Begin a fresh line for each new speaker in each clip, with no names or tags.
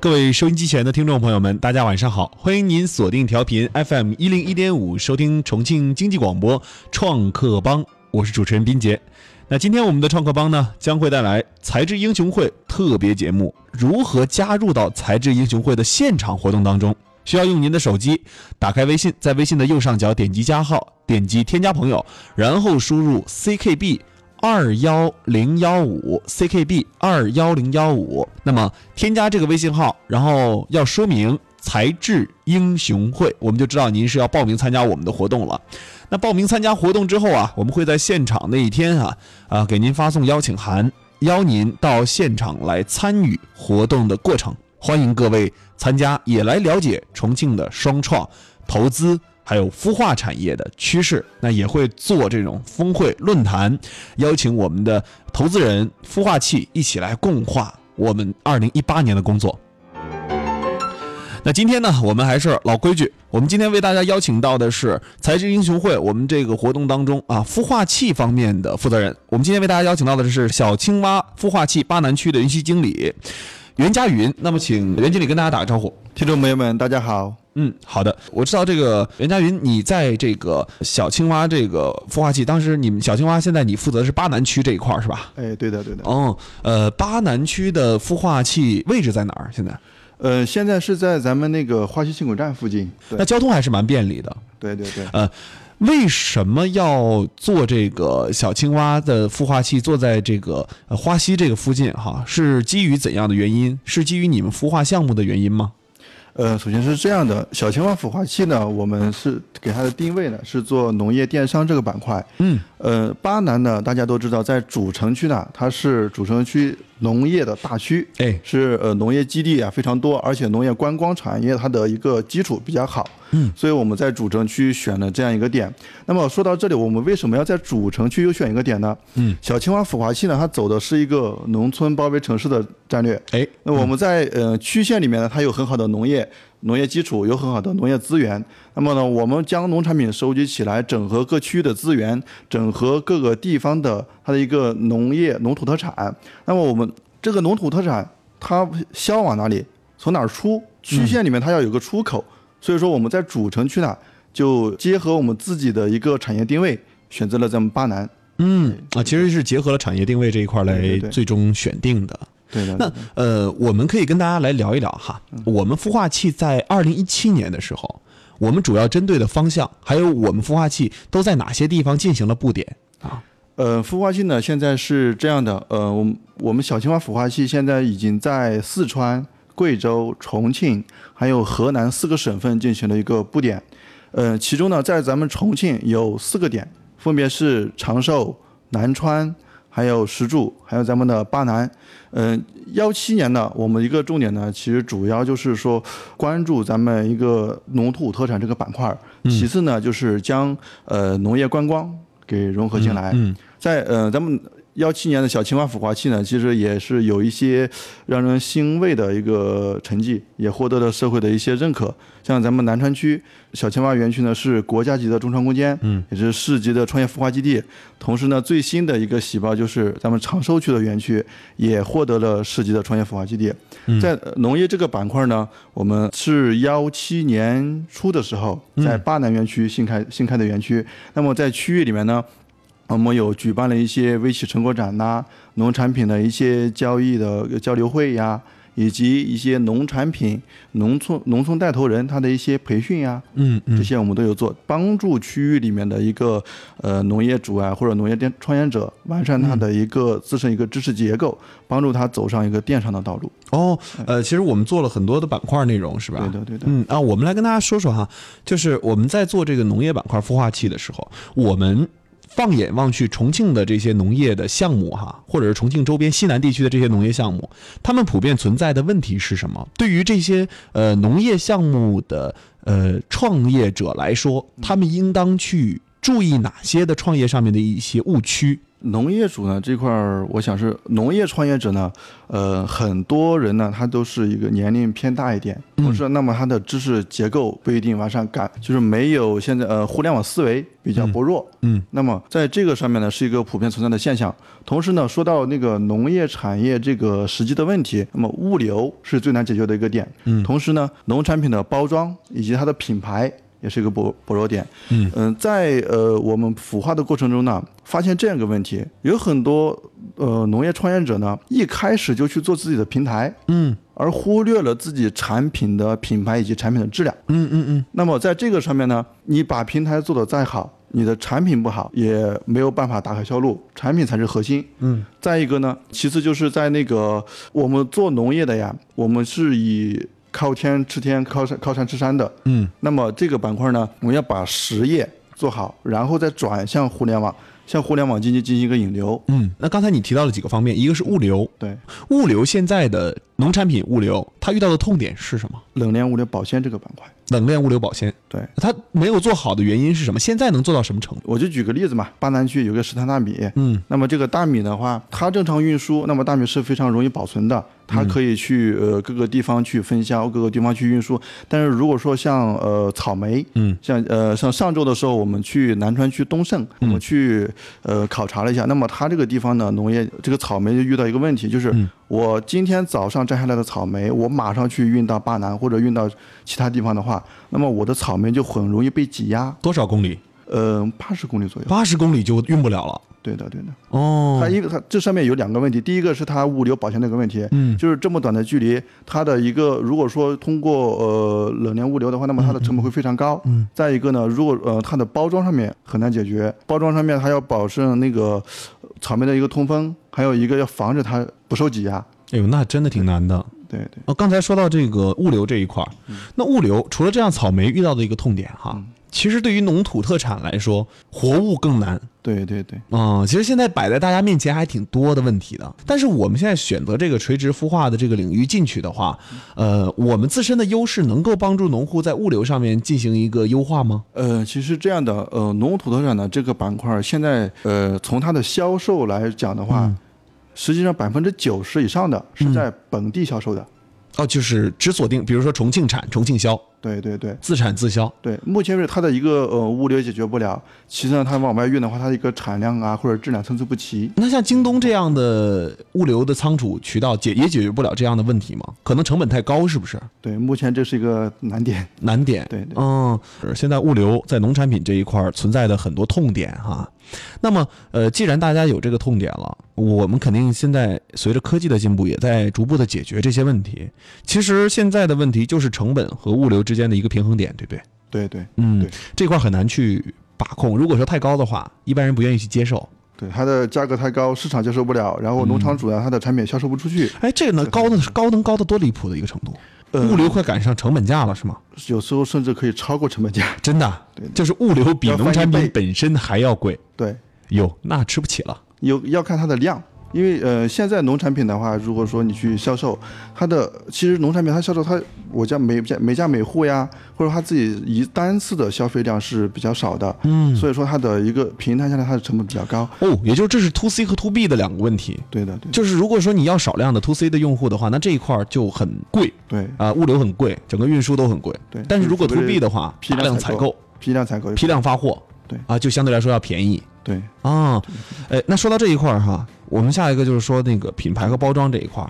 各位收音机前的听众朋友们，大家晚上好！欢迎您锁定调频 FM 一零一点五，收听重庆经济广播创客帮，我是主持人斌杰。那今天我们的创客帮呢，将会带来才智英雄会特别节目，如何加入到才智英雄会的现场活动当中？需要用您的手机打开微信，在微信的右上角点击加号，点击添加朋友，然后输入 ckb 二幺零幺五 ckb 二幺零幺五，那么添加这个微信号，然后要说明才智英雄会，我们就知道您是要报名参加我们的活动了。那报名参加活动之后啊，我们会在现场那一天啊啊给您发送邀请函，邀您到现场来参与活动的过程。欢迎各位参加，也来了解重庆的双创、投资还有孵化产业的趋势。那也会做这种峰会论坛，邀请我们的投资人、孵化器一起来共话我们二零一八年的工作。那今天呢，我们还是老规矩，我们今天为大家邀请到的是财智英雄会我们这个活动当中啊孵化器方面的负责人。我们今天为大家邀请到的是小青蛙孵化器巴南区的云溪经理袁佳云。那么，请袁经理跟大家打个招呼。
听众朋友们，大家好。
嗯，好的。我知道这个袁佳云，你在这个小青蛙这个孵化器，当时你们小青蛙现在你负责的是巴南区这一块儿是吧？
哎，对的，对的。
哦，呃，巴南区的孵化器位置在哪儿？现在？
呃，现在是在咱们那个花溪轻轨站附近。
那
对，
交通还是蛮便利的。
对，对，对。
呃，为什么要做这个小青蛙的孵化器？做在这个呃花溪这个附近哈，是基于怎样的原因？是基于你们孵化项目的原因吗？
呃，首先是这样的，小青蛙孵化器呢，我们是给它的定位呢是做农业电商这个板块。
嗯，
呃，巴南呢，大家都知道，在主城区呢，它是主城区农业的大区，
哎，
是呃农业基地啊非常多，而且农业观光产业它的一个基础比较好，
嗯，
所以我们在主城区选了这样一个点。那么说到这里，我们为什么要在主城区又选一个点呢？
嗯，
小青蛙孵化器呢，它走的是一个农村包围城市的战略。
哎，
那我们在呃区县里面呢，它有很好的农业农业基础，有很好的农业资源。那么呢，我们将农产品收集起来，整合各区域的资源，整合各个地方的它的一个农业农土特产。那么我们这个农土特产它销往哪里，从哪儿出？区县里面它要有个出口，所以说我们在主城区呢，就结合我们自己的一个产业定位，选择了咱们巴南。
嗯啊，其实是结合了产业定位这一块
对
来
对对
最终选定的。
对的。
那呃，我们可以跟大家来聊一聊哈，我们孵化器在二零一七年的时候，我们主要针对的方向，还有我们孵化器都在哪些地方进行了布点啊？
呃，孵化器呢，现在是这样的，呃，我们我们小青蛙孵化器现在已经在四川、贵州、重庆还有河南四个省份进行了一个布点，呃，其中呢，在咱们重庆有四个点，分别是长寿、南川，还有石柱，还有咱们的巴南。嗯、1幺七年呢，我们一个重点呢，其实主要就是说关注咱们一个农土特产这个板块儿，
嗯
其次呢，就是将呃农业观光给融合进来。
嗯，
在呃咱们幺七年的小青蛙孵化器呢，其实也是有一些让人欣慰的一个成绩，也获得了社会的一些认可。像咱们南川区小青蛙园区呢，是国家级的中创空间，嗯，也是市级的创业孵化基地。同时呢，最新的一个喜报就是咱们长寿区的园区也获得了市级的创业孵化基地。在呃农业这个板块呢，我们是幺七年初的时候，在巴南园区新开新开的园区。那么在区域里面呢，我们有举办了一些微企成果展呐、农产品的一些交易的交流会呀、以及一些农产品、农村农村带头人他的一些培训呀、
嗯
这些我们都有做，帮助区域里面的一个呃农业主啊或者农业电创业者完善他的一个自身一个知识结构，帮助他走上一个电商的道路。
哦，呃，其实我们做了很多的板块内容，是吧？
对的，对的。
嗯啊，我们来跟大家说说哈，就是我们在做这个农业板块孵化器的时候，我们放眼望去，重庆的这些农业的项目哈，或者是重庆周边西南地区的这些农业项目，他们普遍存在的问题是什么？对于这些呃农业项目的呃创业者来说，他们应当去注意哪些的创业上面的一些误区？
农业主呢这块儿，我想是农业创业者呢，呃，很多人呢他都是一个年龄偏大一点，同时那么他的知识结构不一定完善，感就是没有现在呃互联网思维比较薄弱，
嗯，
那么在这个上面呢是一个普遍存在的现象。同时呢，说到那个农业产业这个实际的问题，那么物流是最难解决的一个点，嗯，同时呢，农产品的包装以及它的品牌。也是一个薄薄弱点。
嗯
在呃我们孵化的过程中呢，发现这样一个问题，有很多呃农业创业者呢，一开始就去做自己的平台，
嗯
而忽略了自己产品的品牌以及产品的质量。
嗯嗯嗯，
那么在这个上面呢，你把平台做得再好，你的产品不好，也没有办法打开销路，产品才是核心。
嗯，
再一个呢，其次就是在那个我们做农业的呀，我们是以靠天吃天、靠山靠山吃山的。
嗯，
那么这个板块呢，我们要把实业做好，然后再转向互联网，向互联网经济进行一个引流。
嗯，那刚才你提到了几个方面，一个是物流，
对，
物流现在的农产品物流，它遇到的痛点是什么？
冷链物流保鲜这个板块，
冷链物流保鲜，
对。
它没有做好的原因是什么？现在能做到什么程度？
我就举个例子嘛，巴南区有个石炭大米，
嗯，
那么这个大米的话，它正常运输，那么大米是非常容易保存的，它可以去呃各个地方去分销，各个地方去运输。但是如果说像呃草莓，
嗯，
像呃像上周的时候，我们去南川区东胜，
嗯
我们去呃考察了一下，那么它这个地方呢，农业这个草莓就遇到一个问题，就是
嗯
我今天早上摘下来的草莓，我马上去运到巴南或者运到其他地方的话，那么我的草莓就很容易被挤压，
多少公里？
呃八十公里左右。
八十公里就运不了了。
对的，对的。
哦
它，因为它这上面有两个问题，第一个是它物流保鲜的一个问题，嗯，就是这么短的距离，它的一个如果说通过呃冷链物流的话，那么它的成本会非常高，嗯，再一个呢，如果呃它的包装上面很难解决，包装上面还要保证那个呃草莓的一个通风，还有一个要防止它不啊受挤压，
哎呦，那真的挺难的。
对对，嗯
哦，刚才说到这个物流这一块儿，那物流除了这样草莓遇到的一个痛点哈，其实对于农土特产来说，活物更难。
对对对，
嗯，其实现在摆在大家面前还挺多的问题的，但是我们现在选择这个垂直孵化的这个领域进去的话，
嗯
呃，我们自身的优势能够帮助农户在物流上面进行一个优化吗？
呃，其实这样的，呃，农土特产的这个板块，现在呃，从它的销售来讲的话，实际上百分之九十以上的是在本地销售的。
哦，就是只锁定，比如说重庆产、重庆销，
对对对
自产自销。
对，目前为止它的一个呃物流解决不了，其次呢，它往外运的话，它的一个产量啊或者质量参差不齐。
那像京东这样的物流的仓储渠道解也解决不了这样的问题吗？可能成本太高，是不是？
对，目前这是一个难点。
难点。
对对
嗯，是现在物流在农产品这一块儿存在的很多痛点哈。那么，呃，既然大家有这个痛点了，我们肯定现在随着科技的进步，也在逐步的解决这些问题。其实现在的问题就是成本和物流之间的一个平衡点，对不对？
对对
嗯
对，
这块儿很难去把控。如果说太高的话，一般人不愿意去接受。
对，它的价格太高，市场接受不了，然后农场主呢，啊它的产品销售不出去，
哎，这个呢，高呢高能高的多离谱的一个程度，
呃
物流快赶上成本价了，是吗？
有时候甚至可以超过成本价。
真的，就是物流比
要翻
农
一
产品
倍
本身还要贵，
对，
哟，那吃不起了。
有要看它的量，因为呃，现在农产品的话，如果说你去销售，它的其实农产品它销售它，我家每家每家每户呀，或者他自己一单次的消费量是比较少的，嗯，所以说它的一个平摊下来，它的成本比较高。
哦，也就是这是 to C 和 to B 的两个问题。
对的，对的
就是如果说你要少量的 to C 的用户的话，那这一块儿就很贵
对
啊、物流很贵，整个运输都很贵。
对
但是如果
除非
to B 的话，
批
大量
量
采
采
购
购、批量采购，
批量发货，
对
啊，就相对来说要便宜
对
啊。哎，那说到这一块儿哈，我们下一个就是说那个品牌和包装这一块儿，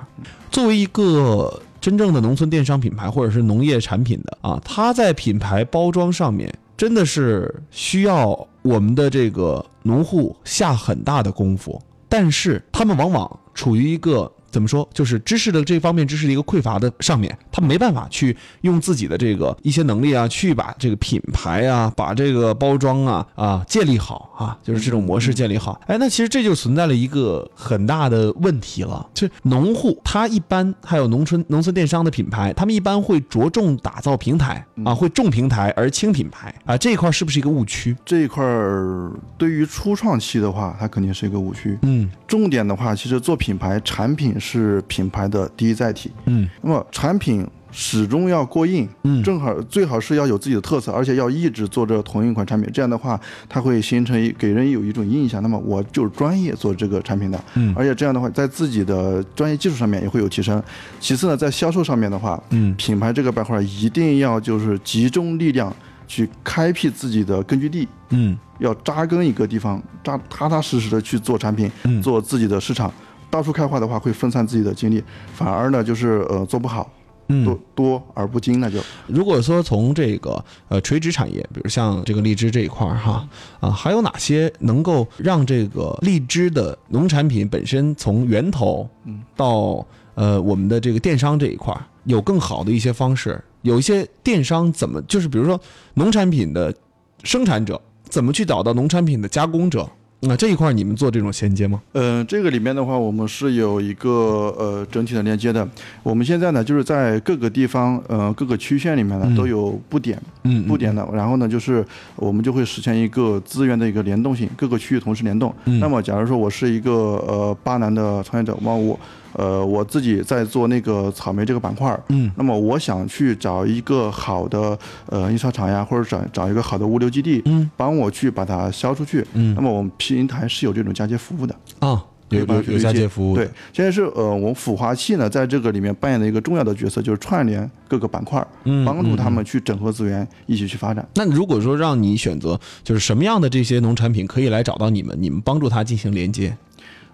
作为一个真正的农村电商品牌或者是农业产品的啊，它在品牌包装上面真的是需要我们的这个农户下很大的功夫，但是他们往往处于一个。怎么说？就是知识的这方面知识的一个匮乏的上面，他没办法去用自己的这个一些能力啊，去把这个品牌啊，把这个包装啊啊建立好啊，就是这种模式建立好。哎，那其实这就存在了一个很大的问题了，就是农户他一般还有农村农村电商的品牌，他们一般会着重打造平台啊，会重平台而轻品牌啊，这一块是不是一个误区？
这一块儿，对于初创期的话，它肯定是一个误区。
嗯
重点的话，其实做品牌，产品是品牌的第一载体。
嗯
那么产品始终要过硬，
嗯
正好最好是要有自己的特色，而且要一直做这同一款产品，这样的话，它会形成一给人有一种印象，那么我就是专业做这个产品的，
嗯
而且这样的话，在自己的专业技术上面也会有提升。其次呢，在销售上面的话，
嗯
品牌这个板块一定要就是集中力量去开辟自己的根据地，
嗯
要扎根一个地方，扎踏踏实实的去做产品，
嗯
做自己的市场。到处开花的话，会分散自己的精力，反而呢，就是呃做不好，多
嗯。
多而不精，那就
如果说从这个呃垂直产业，比如像这个荔枝这一块儿哈
嗯
啊，还有哪些能够让这个荔枝的农产品本身从源头
嗯
到呃我们的这个电商这一块儿有更好的一些方式？有一些电商怎么就是比如说农产品的生产者怎么去找到农产品的加工者？那、这一块儿你们做这种衔接吗？
呃，这个里面的话，我们是有一个呃整体的链接的。我们现在呢，就是在各个地方，呃，各个区县里面呢
嗯
都有布点，
嗯
布点的。然后呢，就是我们就会实现一个资源的一个联动性，各个区域同时联动。
嗯
那么，假如说我是一个呃巴南的创业者，那我呃我自己在做那个草莓这个板块儿，
嗯
那么我想去找一个好的呃印刷厂呀，或者找找一个好的物流基地，
嗯
帮我去把它销出去。
嗯
那么我们平台是有这种嫁接服务的。
啊，有有有嫁接服务的
对，现在是呃，我们孵化器呢，在这个里面扮演的一个重要的角色，就是串联各个板块儿，
嗯
帮助他们去整合资源，一起去发展。
那如果说让你选择，就是什么样的这些农产品可以来找到你们，你们帮助他进行 连接，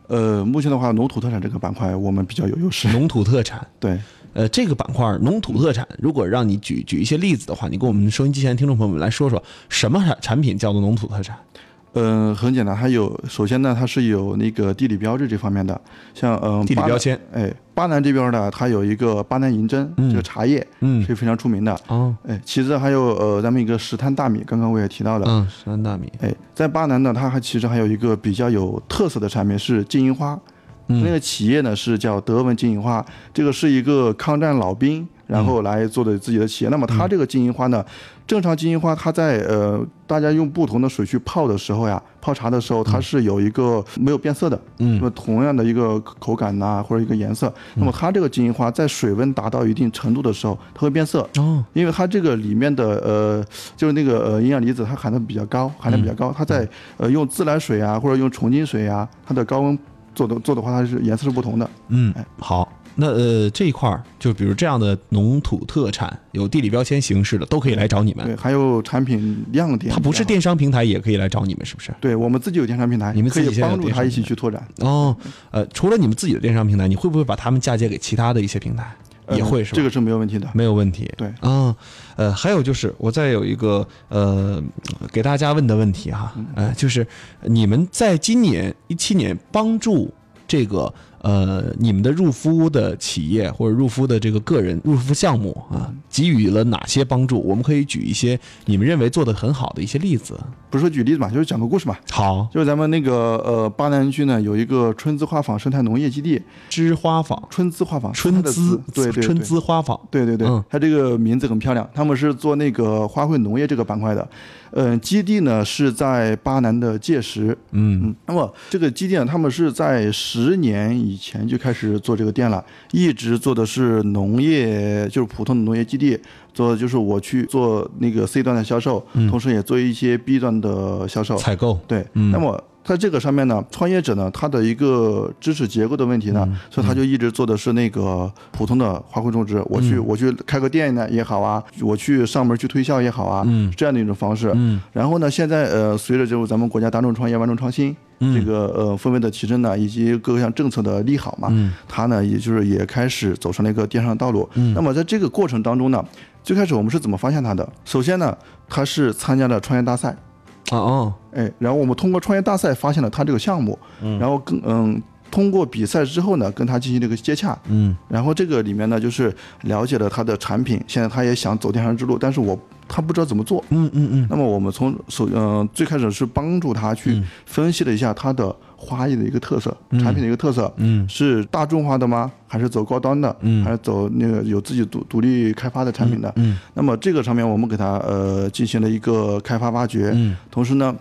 呃，目前的话，农土特产这个板块我们比较有优势。
农土特产。
对，
呃，这个板块儿农土特产，如果让你举举一些例子的话，你跟我们收音机前的听众朋友们来说说，什么产产品叫做农土特产？
呃，很简单，它有首先呢，它是有那个地理标志这方面的，像呃，
地理
巴南
标签，
哎，巴南这边呢，它有一个巴南银针、
嗯
这个茶叶
嗯
是非常出名的。
哦，
哎，其次还有呃，咱们一个石炭大米，刚刚我也提到了。
嗯，石安大米，
哎，在巴南呢，它还其实还有一个比较有特色的产品是金银花，
嗯
那个企业呢是叫德文金银花，这个是一个抗战老兵然
嗯
后来做的自己的企业。那么它这个金银花呢，正常金银花它在呃大家用不同的水去泡的时候呀，泡茶的时候它是有一个没有变色的，那
嗯
么同样的一个口感呐、或者一个颜色，那么它这个金银花在水温达到一定程度的时候，它会变色，
哦，
因为它这个里面的呃，就是那个呃营养离子，它含的比较高，含量比较
嗯
高。它在呃用自来水啊，或者用重金水啊，它的高温做的做的话，它是颜色是不同的。
嗯
哎
好，那呃这一块儿就比如这样的农土特产，有地理标签形式的都可以来找你们，
对，还有产品亮点。
它不是
然后。
电商平台也可以来找你们，是不是？
对我们自己有电商平台，
你们
可
自己
以
现在有
帮助
电
他
商
一起
平台
去拓展，
哦，呃，除了你们自己的电商平台，你会不会把他们嫁接给其他的一些平台？也
呃
会是吧？
这个是没有问题的。
没有问题。
对
啊、呃，还有就是我再有一个呃，给大家问的问题哈，
嗯
呃，就是你们在今年一七年帮助这个呃你们的入孵的企业或者入孵的这个个人入孵项目
嗯
啊，给予了哪些帮助？我们可以举一些你们认为做的很好的一些例子。
不是说举例子嘛，就是讲个故事嘛。
好，
就是咱们那个呃巴南区呢，有一个春姿花坊生态农业基地，
织花坊、
春姿花坊，它
春
的
姿、
对对对，
春姿花坊，
对对对，
嗯
它这个名字很漂亮。他们是做那个花卉农业这个板块的，嗯、基地呢是在巴南的玠石，
嗯
嗯，那么这个基地呢，他们是在十年以前就开始做这个店了，一直做的是农业，就是普通的农业基地，做的就是我去做那个 C 端的销售，同时也做一些 B 端的销售，
采购。
对，那么在这个上面呢，创业者呢，他的一个知识结构的问题呢，所以他就一直做的是那个普通的花卉种植。我去，我去开个店呢也好啊，我去上门去推销也好啊，这样的一种方式。然后呢，现在呃，随着就是咱们国家打种创业、万众创新。这个呃氛围的提升呢，以及各项政策的利好嘛，它呢也就是也开始走上了一个电商道路。那么在这个过程当中呢，最开始我们是怎么发现它的？首先呢，它是参加了创业大赛，
啊哦，
哎，然后我们通过创业大赛发现了他这个项目，然后跟嗯通过比赛之后呢，跟他进行了一个接洽，
嗯，
然后这个里面呢就是了解了他的产品，现在他也想走电商之路，但是我他不知道怎么做，
嗯嗯嗯，
那么我们从首嗯、最开始是帮助他去分析了一下他的花艺的一个特色，产品的一个特色，
嗯
是大众化的吗？还是走高端的？
嗯
还是走那个有自己独独立开发的产品的？
嗯
那么这个上面我们给它呃进行了一个开发挖掘，
嗯
同时呢，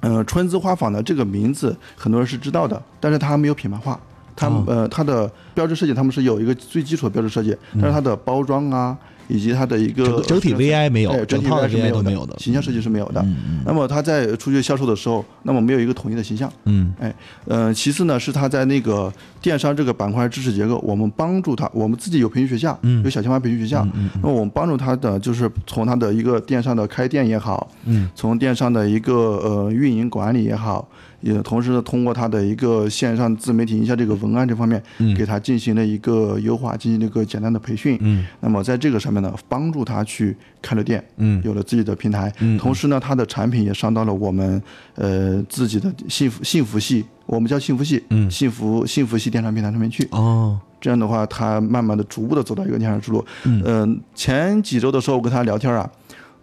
呃，春姿花坊的这个名字很多人是知道的，但是它没有品牌化。他
哦
们、呃它的标志设计他们是有一个最基础的标志设计，但是它的包装啊以及它的一
嗯整
个
个整体 VI 没有，
哎
整
整体
套
VI 是
VI 都
有
没有的。嗯
形象设计是没有的。那么它在出去销售的时候，那么没有一个统一的形象。
嗯，
哎，呃，其次呢是它在那个电商这个板块知识结构，我们帮助它，我们自己有培训学校，
嗯
有小青蛙培训学校，那么我们帮助它的就是从它的一个电商的开店也好，嗯，从电商的一个呃运营管理也好。也同时呢，通过它的一个线上自媒体营销这个文案这方面，
嗯
给它进行了一个优化，进行了一个简单的培训。嗯，那么在这个上面呢，帮助他去开了店，嗯，有了自己的平台，嗯，同时呢，它的产品也上到了我们呃自己的幸福幸福系，我们叫幸福系，嗯，幸福幸福系电商平台上面去。
哦，
这样的话，他慢慢的、逐步的走到一个电商之路。嗯、前几周的时候，我跟他聊天啊，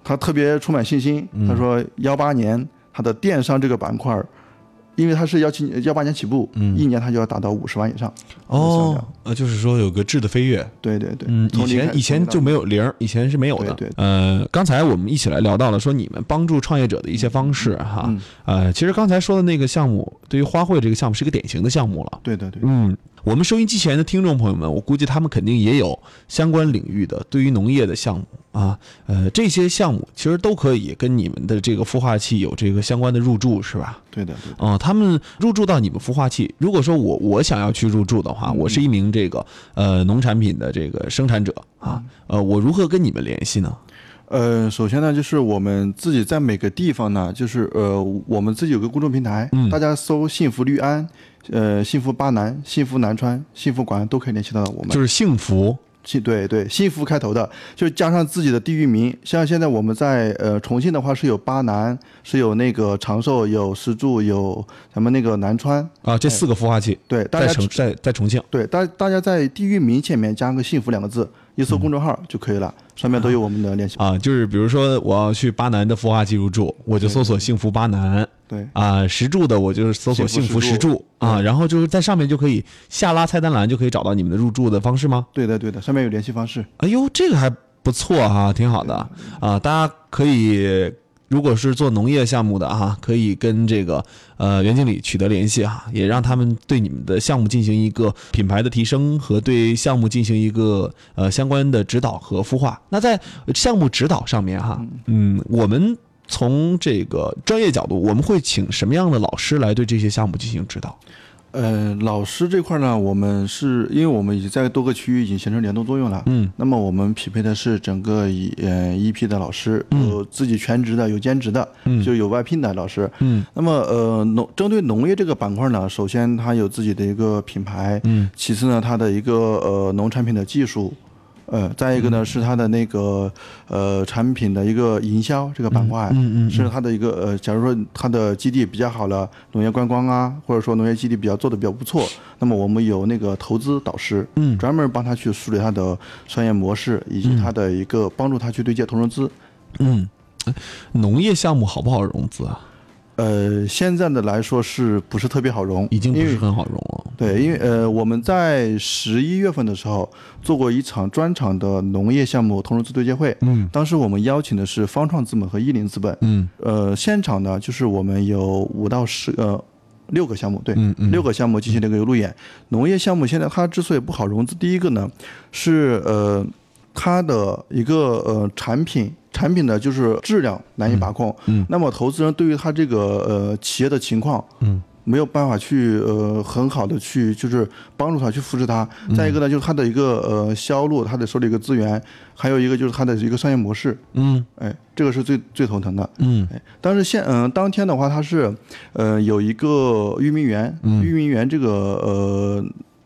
他特别充满信心。
嗯
他说，幺八年他的电商这个板块儿，因为他是幺七幺八年起步，
嗯
一年他就要达到五十万以上。
哦，呃，就是说有个质的飞跃。
对对对，
嗯，以
从零开
前
始
以前就没有零儿，以前是没有的。
对对对
呃，刚才我们一起来聊到了说你们帮助创业者的一些方式
嗯
哈。呃，其实刚才说的那个项目，对于花卉这个项目是一个典型的项目了。
对对对，
嗯，我们收音机前的听众朋友们，我估计他们肯定也有相关领域的对于农业的项目啊，呃，这些项目其实都可以跟你们的这个孵化器有这个相关的入驻，是吧？
对的对的，
啊、他们入驻到你们孵化器。如果说我我想要去入驻的话，我是一名这个呃农产品的这个生产者啊，呃，我如何跟你们联系呢？
呃，首先呢，就是我们自己在每个地方呢，就是呃，我们自己有个公众平台，
嗯
大家搜“幸福绿安”、呃“幸福巴南”、“幸福南川”、“幸福广安”都可以联系到我们。
就是幸福
幸对对，幸福开头的，就是加上自己的地域名。像现在我们在呃重庆的话，是有巴南，是有那个长寿，有石柱，有咱们那个南川。
啊，这四个孵化器
对，大
在
家
重在在重庆。
对大大家在地域名前面加个“幸福”两个字，一搜公众号就可以了，上面都有我们的联系。
嗯啊，就是比如说我要去巴南的孵化器入驻，我就搜索“幸福巴南”
对
啊，石柱的我就是搜索“幸
幸
福
福
石
石柱
柱”啊，然后就是在上面就可以下拉菜单栏就可以找到你们的入驻的方式吗？
对的对的，上面有联系方式。
哎呦，这个还不错哈、挺好的啊，大家可以。如果是做农业项目的哈、可以跟这个呃袁经理取得联系哈、也让他们对你们的项目进行一个品牌的提升和对项目进行一个呃相关的指导和孵化。那在项目指导上面哈、嗯，我们从这个专业角度，我们会请什么样的老师来对这些项目进行指导？
呃，老师这块呢，我们是因为我们已经在多个区域已经形成联动作用了，
嗯，
那么我们匹配的是整个一呃一批的老师，有自己全职的，有兼职的，嗯，就有外聘的老师，
嗯，
那么呃农针对农业这个板块呢，首先它有自己的一个品牌，嗯，其次呢它的一个呃农产品的技术。呃，再一个呢是它的那个呃产品的一个营销这个板块，嗯嗯是它的一个呃，假如说它的基地比较好了，农业观光啊，或者说农业基地比较做的比较不错，那么我们有那个投资导师，嗯，专门帮他去梳理他的商业模式以及他的一个帮助他去对接投融资。
嗯，农业项目好不好融资啊？
呃，现在的来说是不是特别好融？
已经不
因为
是很好融了。
对，因为呃，我们在十一月份的时候做过一场专场的农业项目投融资对接会，嗯，当时我们邀请的是方创资本和一林资本，
嗯，
呃，现场呢就是我们有五到十呃六个项目，对，六个项目进行了一个路演。农业项目现在它之所以不好融资，第一个呢是呃它的一个呃产品。产品的就是质量难以把控，嗯，那么投资人对于它这个呃企业的情况，没有办法去呃很好的去就是帮助他去扶持他。再一个呢，就是他的一个呃销路，他的手里一个资源，还有一个就是他的一个商业模式，
嗯
哎，这个是最最头疼的。
嗯
哎，但是现嗯、当天的话，它是呃有一个裕民园，裕民园这个呃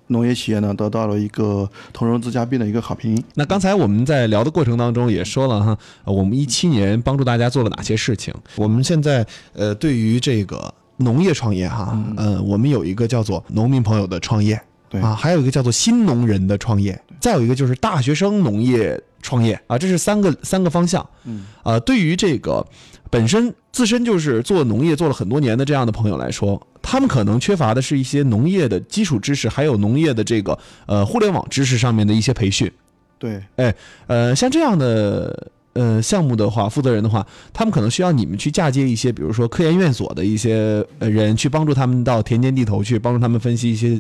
农业企业呢得到了一个投融资嘉宾的一个好评。
那刚才我们在聊的过程当中也说了哈，呃我们一七年帮助大家做了哪些事情？我们现在呃，对于这个农业创业哈，呃，我们有一个叫做农民朋友的创业，
嗯对
啊，还有一个叫做新农人的创业，再有一个就是大学生农业创业啊，这是三个三个方向。
嗯，
呃，对于这个本身自身就是做农业做了很多年的这样的朋友来说，他们可能缺乏的是一些农业的基础知识，还有农业的这个呃互联网知识上面的一些培训。
对，
呃，像这样的呃项目的话，负责人的话，他们可能需要你们去嫁接一些，比如说科研院所的一些呃人去帮助他们到田间地头去，帮助他们分析一些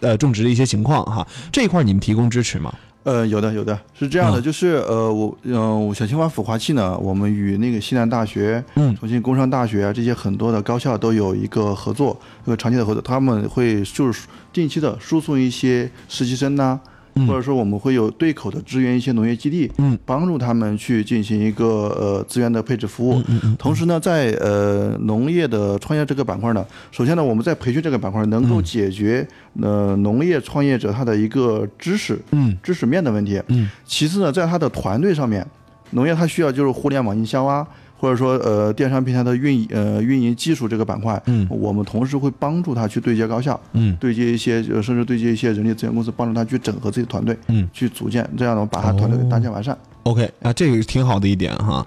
呃种植的一些情况哈。这一块儿你们提供支持吗？
呃，有的有的是这样的，
嗯
就是呃，我嗯、我小青蛙孵化器呢，我们与那个西南大学、
嗯
重庆工商大学啊这些很多的高校都有一个合作，一个长期的合作，他们会就是定期的输送一些实习生呐、或者说我们会有对口的支援一些农业基地，
嗯，
帮助他们去进行一个呃资源的配置服务。同时呢，在呃农业的创业这个板块呢，首先呢，我们在培训这个板块能够解决、呃农业创业者他的一个知识，
嗯，
知识面的问题。
嗯，
其次呢，在他的团队上面，农业它需要就是互联网营销啊。或者说，呃，电商平台的运呃运营技术这个板块，嗯，我们同时会帮助他去对接高校，
嗯，
对接一些呃甚至对接一些人力资源公司，帮助他去整合自己团队，
嗯，
去组建，这样呢，把他团队给搭建完善。
OK 啊，这个是挺好的一点哈。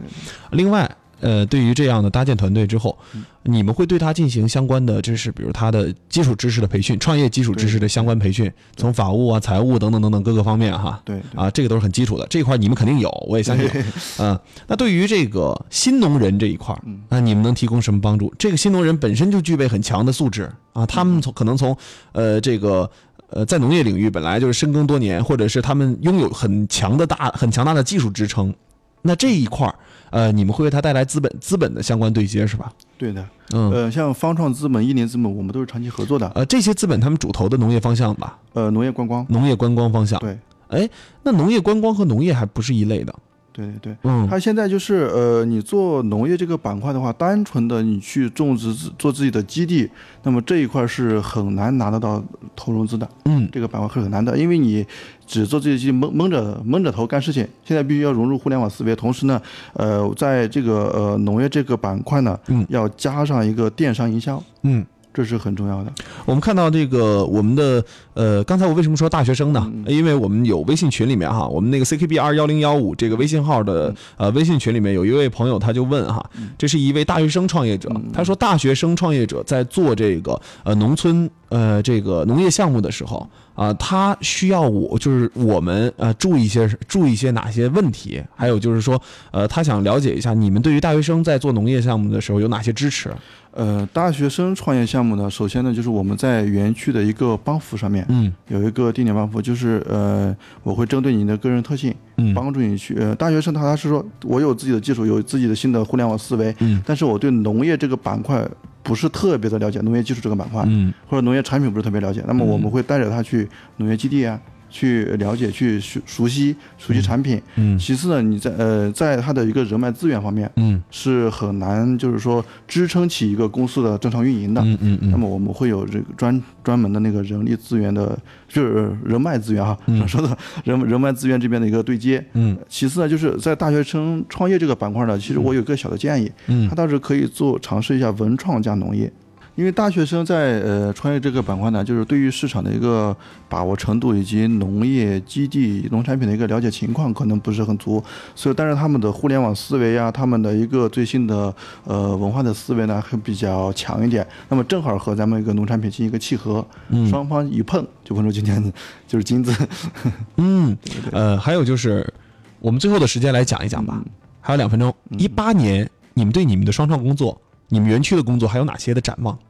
另外，呃，对于这样的搭建团队之后，你们会对他进行相关的，就是比如他的基础知识的培训、创业基础知识的相关培训，从法务啊、财务等等等等各个方面哈。
对
啊，这个都是很基础的，这一块你们肯定有，我也相信。嗯，那对于这个新农人这一块儿，那你们能提供什么帮助？这个新农人本身就具备很强的素质啊，他们从可能从呃这个呃在农业领域本来就是深耕多年，或者是他们拥有很强的大很强大的技术支撑。那这一块儿，呃，你们会为他带来资本资本的相关对接是吧？
对的，
嗯，
呃，像方创资本、一林资本，我们都是长期合作的，
呃，这些资本他们主投的农业方向吧，
呃，农业观光，
农业观光方向。
对，
哎，那农业观光和农业还不是一类的。
对对对。
嗯，
它现在就是呃，你做农业这个板块的话，单纯的你去种植自做自己的基地，那么这一块是很难拿得到投融资的。
嗯，
这个板块是很难的，因为你只做自己的基地，蒙蒙着蒙着头干事情。现在必须要融入互联网思维，同时呢，呃，在这个呃农业这个板块呢，
嗯
要加上一个电商营销，
嗯，
这是很重要的。
我们看到这个我们的呃，刚才我为什么说大学生呢？因为我们有微信群里面哈，我们那个 CKB 二幺零幺五这个微信号的呃微信群里面有一位朋友他就问哈，这是一位大学生创业者，他说大学生创业者在做这个呃农村呃这个农业项目的时候啊、他需要我就是我们呃注意一些注意一些哪些问题，还有就是说呃他想了解一下你们对于大学生在做农业项目的时候有哪些支持？
呃，大学生创业项目呢，首先呢，就是我们在园区的一个帮扶上面，
嗯
有一个定点帮扶，就是呃，我会针对你的个人特性，
嗯
帮助你去呃，大学生踏踏实实说，我有自己的技术，有自己的新的互联网思维，
嗯
但是我对农业这个板块不是特别的了解，农业技术这个板块，
嗯
或者农业产品不是特别了解，那么我们会带着他去农业基地啊，去了解、去熟熟悉、熟悉产品。
嗯
其次呢，你在呃，在他的一个人脉资源方面
嗯
是很难，就是说支撑起一个公司的正常运营的。
嗯嗯嗯
那么我们会有这个专专门的那个人力资源的，就是人脉资源哈，说的人人脉资源这边的一个对接。
嗯。
其次呢，就是在大学生创业这个板块呢，其实我有个小的建议，
嗯
他倒是可以做尝试一下文创加农业，因为大学生在呃创业这个板块呢，就是对于市场的一个把握程度以及农业基地、农产品的一个了解情况可能不是很足，所以但是他们的互联网思维啊，他们的一个最新的呃文化的思维呢，还比较强一点。那么正好和咱们一个农产品进行一个契合，双方一碰就碰出今天的就是金子。
嗯，呃，还有就是，我们最后的时间来讲一讲吧，还有两分钟。一八年，你们对你们的双创工作，你们园区的工作还有哪些的展望？嗯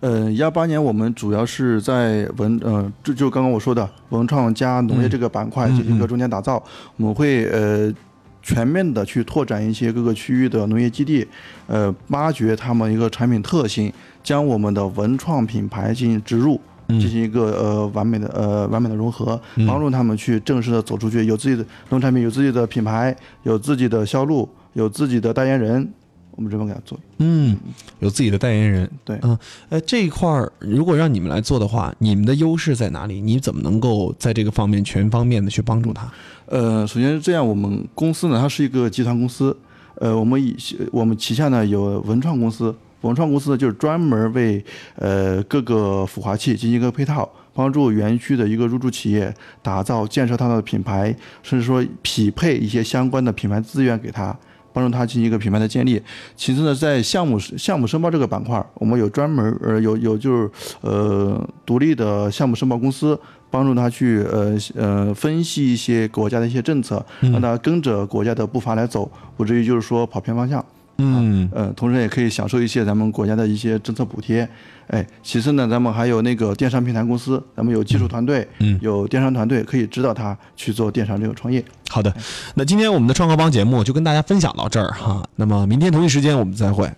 呃，幺八年我们主要是在文呃，就就刚刚我说的文创加农业这个板块进行一个中间打造，我们会呃全面的去拓展一些各个区域的农业基地，呃，挖掘他们一个产品特性，将我们的文创品牌进行植入。进行一个呃完美的呃完美的融合，帮助他们去正式的走出去，有自己的农产品，有自己的品牌，有自己的销路，有自己的代言人，我们这么给他做。
嗯，有自己的代言人。
对
嗯，呃，这一块儿如果让你们来做的话，你们的优势在哪里？你怎么能够在这个方面全方面的去帮助他？
呃，首先是这样，我们公司呢，它是一个集团公司，呃，我们以我们旗下呢有文创公司，文创公司呢就是专门为呃各个孵化器进行一个配套，帮助园区的一个入驻企业打造、建设它的品牌，甚至说匹配一些相关的品牌资源给它。帮助它进行一个品牌的建立。其次呢，在项目项目申报这个板块，我们有专门呃有有就是呃独立的项目申报公司，帮助他去呃呃分析一
嗯
些国家的一些政策，让他跟着国家的步伐来走，不至于就是说跑偏方向。
嗯
呃，同时也可以享受一些咱们国家的一些政策补贴。哎，其次呢，咱们还有那个电商平台公司，咱们有技术团队，
嗯
有电商团队可以指导他去做电商这个创业。
好的，
那今天我们的创客帮节目就跟大家分享到这儿哈，那么明天同一时间我们再会，